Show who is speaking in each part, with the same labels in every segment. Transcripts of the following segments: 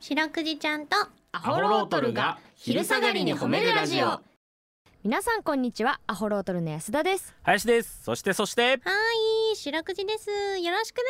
Speaker 1: 白くじちゃんとア
Speaker 2: ホロートルが昼下がりに褒めるラジオ
Speaker 3: 皆さんこんにちはアホロートルの安田です
Speaker 4: 林ですそしてそして
Speaker 1: はい白くじですよろしくで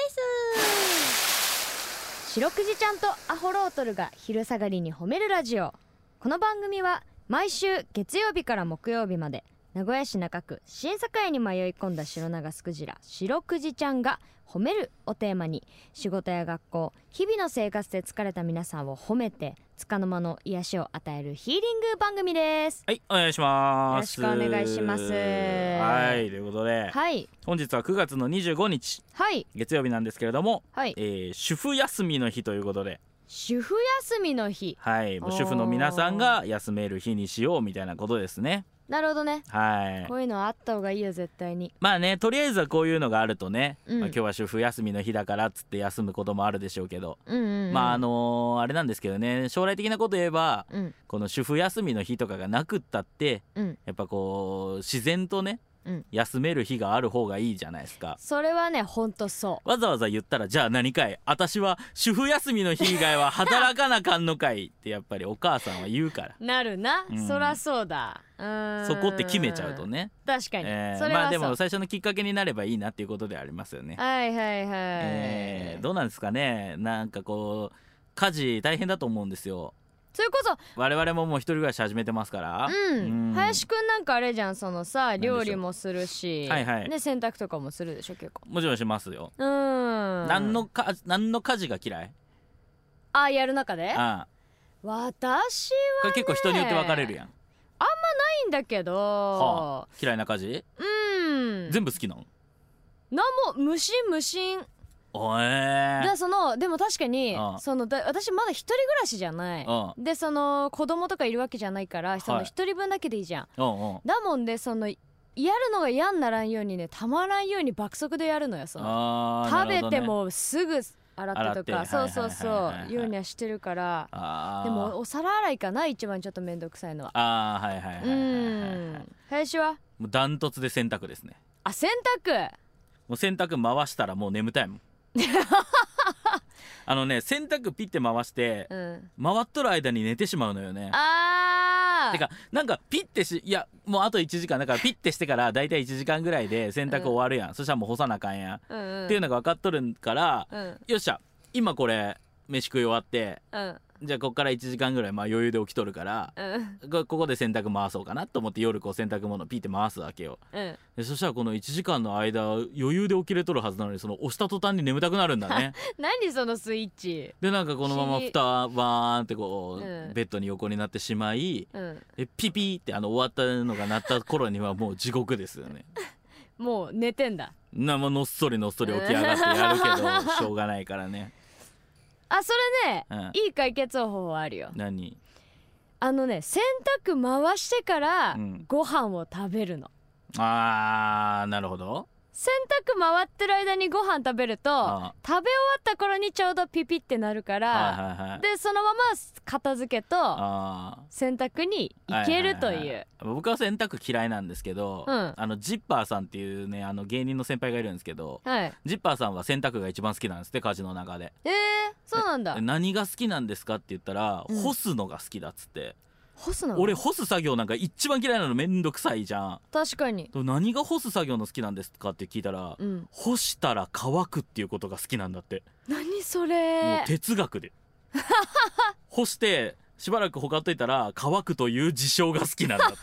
Speaker 1: す
Speaker 3: 白くじちゃんとアホロートルが昼下がりに褒めるラジオこの番組は毎週月曜日から木曜日まで名古屋市中区新栄に迷い込んだ白長スクジラ白くじちゃんが褒めるをテーマに仕事や学校日々の生活で疲れた皆さんを褒めて束の間の癒しを与えるヒーリング番組です
Speaker 4: はいお願いします
Speaker 3: よろしくお願いします
Speaker 4: はいということで、
Speaker 3: はい
Speaker 4: 本日は9月の25日
Speaker 3: はい
Speaker 4: 月曜日なんですけれども、
Speaker 3: はい
Speaker 4: えー主婦休みの日ということで
Speaker 3: 主婦休みの日
Speaker 4: はいもう
Speaker 3: おー
Speaker 4: 主婦の皆さんが休める日にしようみたいなことですね
Speaker 3: なるほどね
Speaker 4: はい
Speaker 3: こういうのあった方がいいよ絶対に
Speaker 4: まあねとりあえずはこういうのがあるとね、
Speaker 3: うん
Speaker 4: まあ、今日は主婦休みの日だからっつって休むこともあるでしょうけど、
Speaker 3: うんうんうん、
Speaker 4: まああのーあれなんですけどね将来的なこと言えば
Speaker 3: うん
Speaker 4: この主婦休みの日とかがなくったって
Speaker 3: うん
Speaker 4: やっぱこう自然とね、
Speaker 3: うん
Speaker 4: 休める日がある方がいいじゃないですか
Speaker 3: それはねほんとそ
Speaker 4: わざわざ言ったらじゃあ何かい私は主婦休みの日以外は働かなかんのかいってやっぱりお母さんは言うか
Speaker 3: うなるな、
Speaker 4: うん
Speaker 3: そらそうだうー
Speaker 4: ら
Speaker 3: ん
Speaker 4: そこって決めちゃうとね、
Speaker 3: 確かに、
Speaker 4: えー
Speaker 3: それ
Speaker 4: まあ
Speaker 3: は
Speaker 4: で
Speaker 3: そう、
Speaker 4: も最初のきっかけになればいいなっていうことではありますよね。
Speaker 3: はいはいはい、
Speaker 4: えーどうなんですかねなんかこう家事大変だと思うんですよ
Speaker 3: それこそ
Speaker 4: 我々ももう一人暮らし始めてますから
Speaker 3: うん、
Speaker 4: うん
Speaker 3: 林くんなんかあれじゃんそのさ
Speaker 4: でしょう
Speaker 3: 料理もするし
Speaker 4: はいはい
Speaker 3: ね、洗濯とかもするでしょ結構
Speaker 4: もちろんしますよ、
Speaker 3: うーん
Speaker 4: 何のか何の家事が嫌い
Speaker 3: あやる中で
Speaker 4: ああ
Speaker 3: 私
Speaker 4: これ結構人によって分かれるやん、
Speaker 3: いいんだけど、
Speaker 4: はあ、嫌いな家事、
Speaker 3: うん
Speaker 4: 全部好きなん
Speaker 3: 何も無心無心
Speaker 4: おえ
Speaker 3: だそのでも確かに
Speaker 4: ああ
Speaker 3: そのだ私まだ一人暮らしじゃない
Speaker 4: ああ
Speaker 3: でその子供とかいるわけじゃないからその
Speaker 4: はい
Speaker 3: 一人分だけでいいじゃん、
Speaker 4: うんうん
Speaker 3: だもんでそのやるのが嫌にならんようにねたまらんように爆速でやるのよその
Speaker 4: あ
Speaker 3: 食
Speaker 4: ー
Speaker 3: べ
Speaker 4: な
Speaker 3: て
Speaker 4: るほどね
Speaker 3: もすぐ洗ってと
Speaker 4: 洗
Speaker 3: か
Speaker 4: って
Speaker 3: そうそうそう、
Speaker 4: はいはいはいはいはい
Speaker 3: ようにはしてるから
Speaker 4: あー
Speaker 3: でもお皿洗いかな一番ちょっとめんどくさいのは
Speaker 4: あーはいはいは
Speaker 3: う
Speaker 4: いはいはいはい
Speaker 3: ん林は
Speaker 4: もうダントツで洗濯ですね
Speaker 3: あ洗濯
Speaker 4: もう洗濯回したらもう眠たい もんあのね洗濯ピッて回して
Speaker 3: うん
Speaker 4: 回っとる間に寝てしまうのよね
Speaker 3: あー
Speaker 4: てかなんかピッてしいやもうあと1時間だからピッてしてから大体1時間ぐらいで洗濯終わるやん、そしたらもう干さなあかんやん、っ
Speaker 3: うんうん
Speaker 4: ていうのが分かっとるから、
Speaker 3: うん
Speaker 4: よっしゃ今これ飯食い終わって
Speaker 3: うん
Speaker 4: じゃあこっから1時間ぐらいまあ余裕で起きとるから
Speaker 3: うん
Speaker 4: こここで洗濯回そうかなと思って夜こう洗濯物ピーって回すわけよ
Speaker 3: うん
Speaker 4: でそしたらこの1時間の間余裕で起きれとるはずなのにその押した途端に眠たくなるんだ ね
Speaker 3: 何そのスイッチ
Speaker 4: でなんかこのまま蓋バーンってこう、
Speaker 3: うん
Speaker 4: ベッドに横になってしまい
Speaker 3: うん
Speaker 4: でピピーってあの終わったのが鳴った頃にはもう地獄ですよ ね
Speaker 3: もう寝てんだ
Speaker 4: なもうのっそりのっそり起き上がってやるけ どしょうがないからね、
Speaker 3: あそれね、
Speaker 4: うん、
Speaker 3: いい解決方法あるよ
Speaker 4: 何
Speaker 3: あのね洗濯回してから
Speaker 4: うん
Speaker 3: ご飯を食べるの、
Speaker 4: あーなるほど
Speaker 3: 洗濯回ってる間にご飯食べると
Speaker 4: あ
Speaker 3: 食べ終わった頃にちょうどピピってなるから、
Speaker 4: はいはいはい
Speaker 3: でそのまま片付けと
Speaker 4: あ
Speaker 3: 洗濯に
Speaker 4: ー
Speaker 3: 行けるという、
Speaker 4: ははは僕は洗濯嫌いなんですけど、
Speaker 3: うん
Speaker 4: あのジッパーさんっていうねあの芸人の先輩がいるんですけど
Speaker 3: はい
Speaker 4: ジッパーさんは洗濯が一番好きなんですって家事の中で
Speaker 3: えー、そうなんだ
Speaker 4: で何が好きなんですかって言ったら、
Speaker 3: うん
Speaker 4: 干すのが好きだっつって、
Speaker 3: 干すの
Speaker 4: 俺干す作業なんか一番嫌いなのめんどくさいじゃん
Speaker 3: 確かに
Speaker 4: でも何が干す作業の好きなんですかって聞いたら、
Speaker 3: うん
Speaker 4: 干したら乾くっていうことが好きなんだって、
Speaker 3: 何そ
Speaker 4: も
Speaker 3: れ
Speaker 4: う哲学 で干してしばらくほかっといたら乾くという事象が好きなんだ って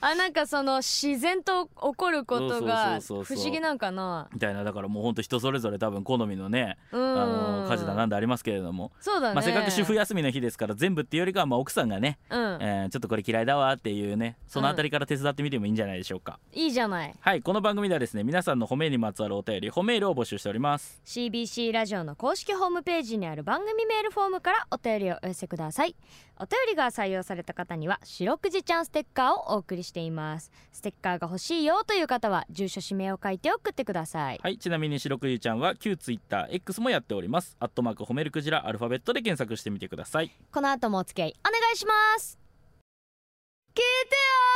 Speaker 3: あなんかその自然と起こることが不
Speaker 4: そうそうそう
Speaker 3: 思
Speaker 4: そう
Speaker 3: 議なんかな
Speaker 4: みたいなだからもうほんと人それぞれ多分好みのね、
Speaker 3: う
Speaker 4: あ
Speaker 3: ん
Speaker 4: の家事だなんでありますけれども、
Speaker 3: そうだね、
Speaker 4: まあ、せっかく主婦休みの日ですから全部っていうよりかはまあ奥さんがね、
Speaker 3: うん
Speaker 4: えーちょっとこれ嫌いだわっていうねそのあたりから手伝ってみてもいいんじゃないでしょうか、
Speaker 3: いいじゃない
Speaker 4: はいこの番組ではですね皆さんの褒めにまつわるお便り褒めールを募集しております
Speaker 3: CBC ラジオの公式ホームページにある番組メールフォームからお便りをお寄せくださいお便りが採用された方には白くじちゃんステッカーをお送りしていますステッカーが欲しいよという方は住所氏名を書いて送ってください
Speaker 4: はいちなみに白くじちゃんは旧 TwitterX もやっておりますアットマーク褒めるクジラアルファベットで検索してみてください
Speaker 3: この後もお付き合いお願いします聞いてよー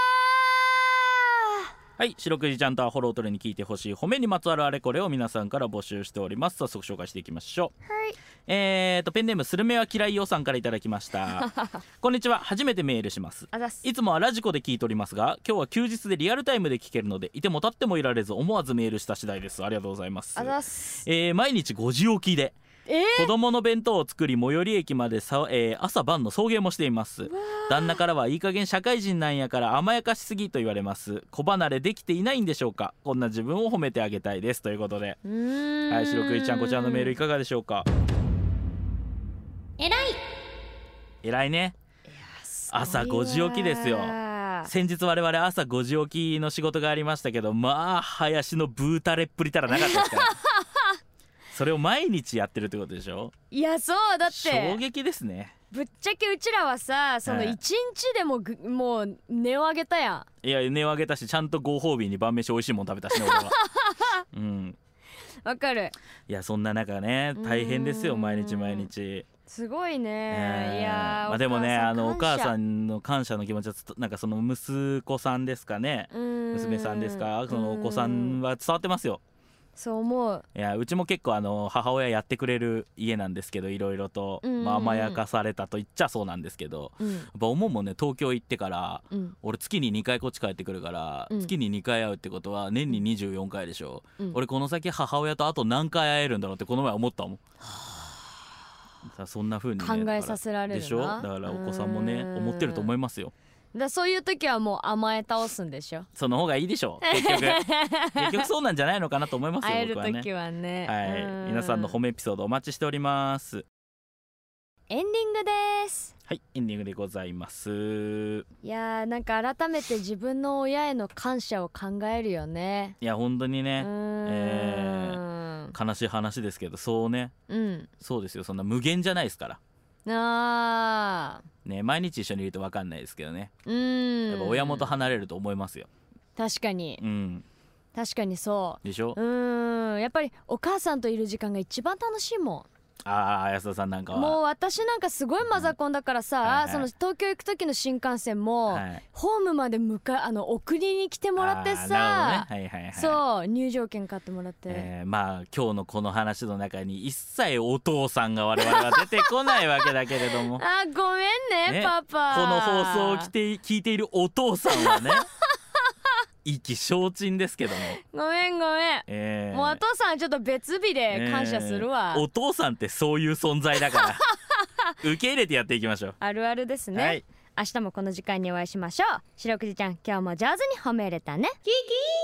Speaker 4: はい白くじちゃんとアホロートルに聞いてほしい褒めにまつわるあれこれを皆さんから募集しております早速紹介していきましょう
Speaker 3: はい
Speaker 4: えーとペンネームスルメは嫌いよさんからいただきました こんにちは初めてメールします
Speaker 3: あざっす
Speaker 4: いつもはラジコで聞いておりますが今日は休日でリアルタイムで聞けるのでいても立ってもいられず思わずメールした次第ですありがとうございます
Speaker 3: あざっす
Speaker 4: えー毎日5時起きで
Speaker 3: え
Speaker 4: 子供の弁当を作り最寄り駅までさ、えー朝晩の送迎もしています旦那からはいい加減社会人なんやから甘やかしすぎと言われます子離れできていないんでしょうかこんな自分を褒めてあげたいですということで
Speaker 3: うーん
Speaker 4: はい白くいちゃんこちらのメールいかがでしょうか
Speaker 1: えらい
Speaker 4: 偉いね朝5時起きですよ先日我々朝5時起きの仕事がありましたけどまあ林のブータレっぷりたらなかったですから それを毎日やってるってことでしょ
Speaker 3: いやそうだっ
Speaker 4: 衝
Speaker 3: て
Speaker 4: 撃ですね
Speaker 3: ぶっちゃけうちらはさその
Speaker 4: ええ
Speaker 3: 一日でもぐもう値を上げたやん
Speaker 4: いや値を上げたしちゃんとご褒美に晩飯美味しいもん食べたしね俺 はうん
Speaker 3: わかる
Speaker 4: いやそんな中ね大変ですよ
Speaker 3: うーん
Speaker 4: 毎日毎日、
Speaker 3: すごいね、
Speaker 4: えー
Speaker 3: いやー
Speaker 4: まあ、でもねあのお母さ
Speaker 3: ん
Speaker 4: んの感謝の気持ちはつとなんかその息子さんですかね娘
Speaker 3: 娘
Speaker 4: さんですかそのお子さんは伝わってますよ
Speaker 3: そう思う
Speaker 4: いやうちも結構あの母親やってくれる家なんですけどいろいろと、
Speaker 3: うんうんうん
Speaker 4: まあ、甘やかされたと言っちゃそうなんですけど
Speaker 3: うん
Speaker 4: やっぱ思うもんね東京行ってから
Speaker 3: うん
Speaker 4: 俺月に2回こっち帰ってくるから、
Speaker 3: うん
Speaker 4: 月に2回会うってことは年に24回でしょ、
Speaker 3: うん
Speaker 4: 俺この先母親とあと何回会えるんだろうってこの前思ったもん。さあそんな風に、ね、
Speaker 3: 考えさ
Speaker 4: せ
Speaker 3: せられるな
Speaker 4: でしょだからお子さんもね思ってると思
Speaker 3: い
Speaker 4: いますよ
Speaker 3: だからそういう時はもう甘え倒すんでしょ
Speaker 4: その方がいいでし ょう結局結局そうなんじゃないのかなと思いますよ
Speaker 3: 会える
Speaker 4: 僕はね
Speaker 3: 時はね
Speaker 4: はい、皆さんの
Speaker 3: ほ
Speaker 4: 褒めエピソードお待ちしております
Speaker 3: エンディングです
Speaker 4: はいエンディングでございます
Speaker 3: いやーなんか改めて自分の親への感謝を考えるよね
Speaker 4: いや本当に
Speaker 3: う
Speaker 4: ね、
Speaker 3: ーん、
Speaker 4: 悲しい話ですけどそうね
Speaker 3: うん
Speaker 4: そうですよそんな無限じゃないですから
Speaker 3: あ
Speaker 4: ね毎日一緒にいると分かんないですけどね
Speaker 3: ーうん
Speaker 4: やっぱ親元離れると思いますよ
Speaker 3: 確かに
Speaker 4: うん
Speaker 3: 確かにそ
Speaker 4: でしょ
Speaker 3: ううーんやっぱりお母さんといる時間が一番楽しいもん
Speaker 4: ああ安田さんなんかは
Speaker 3: もう私なんかすごいマザコンだからさ、
Speaker 4: はいはい
Speaker 3: その東京行く時の新幹線も、
Speaker 4: はい
Speaker 3: ホームまで迎えあの送りに来てもらって
Speaker 4: あ
Speaker 3: さ、
Speaker 4: ーなるほどねはいはいはい
Speaker 3: そう入場券買ってもらって、
Speaker 4: えーまあ今日のこの話の中に一切お父さんが我々は出てこないわけだけれど もこ
Speaker 3: あーごめんね
Speaker 4: ね
Speaker 3: パパ
Speaker 4: の放送をきて聞いているお父さんはね 意気消沈ですけども、
Speaker 3: ごめんごめん、
Speaker 4: えー
Speaker 3: もうお父さんはちょっと別日で感謝するわ、
Speaker 4: えーお父さんってそういう存在だ から受け入れてやっていきましょう
Speaker 3: あるあるですね、
Speaker 4: はい
Speaker 3: 明日もこの時間にお会いしましょう白くじちゃん今日も上手に褒めれたね
Speaker 1: キキー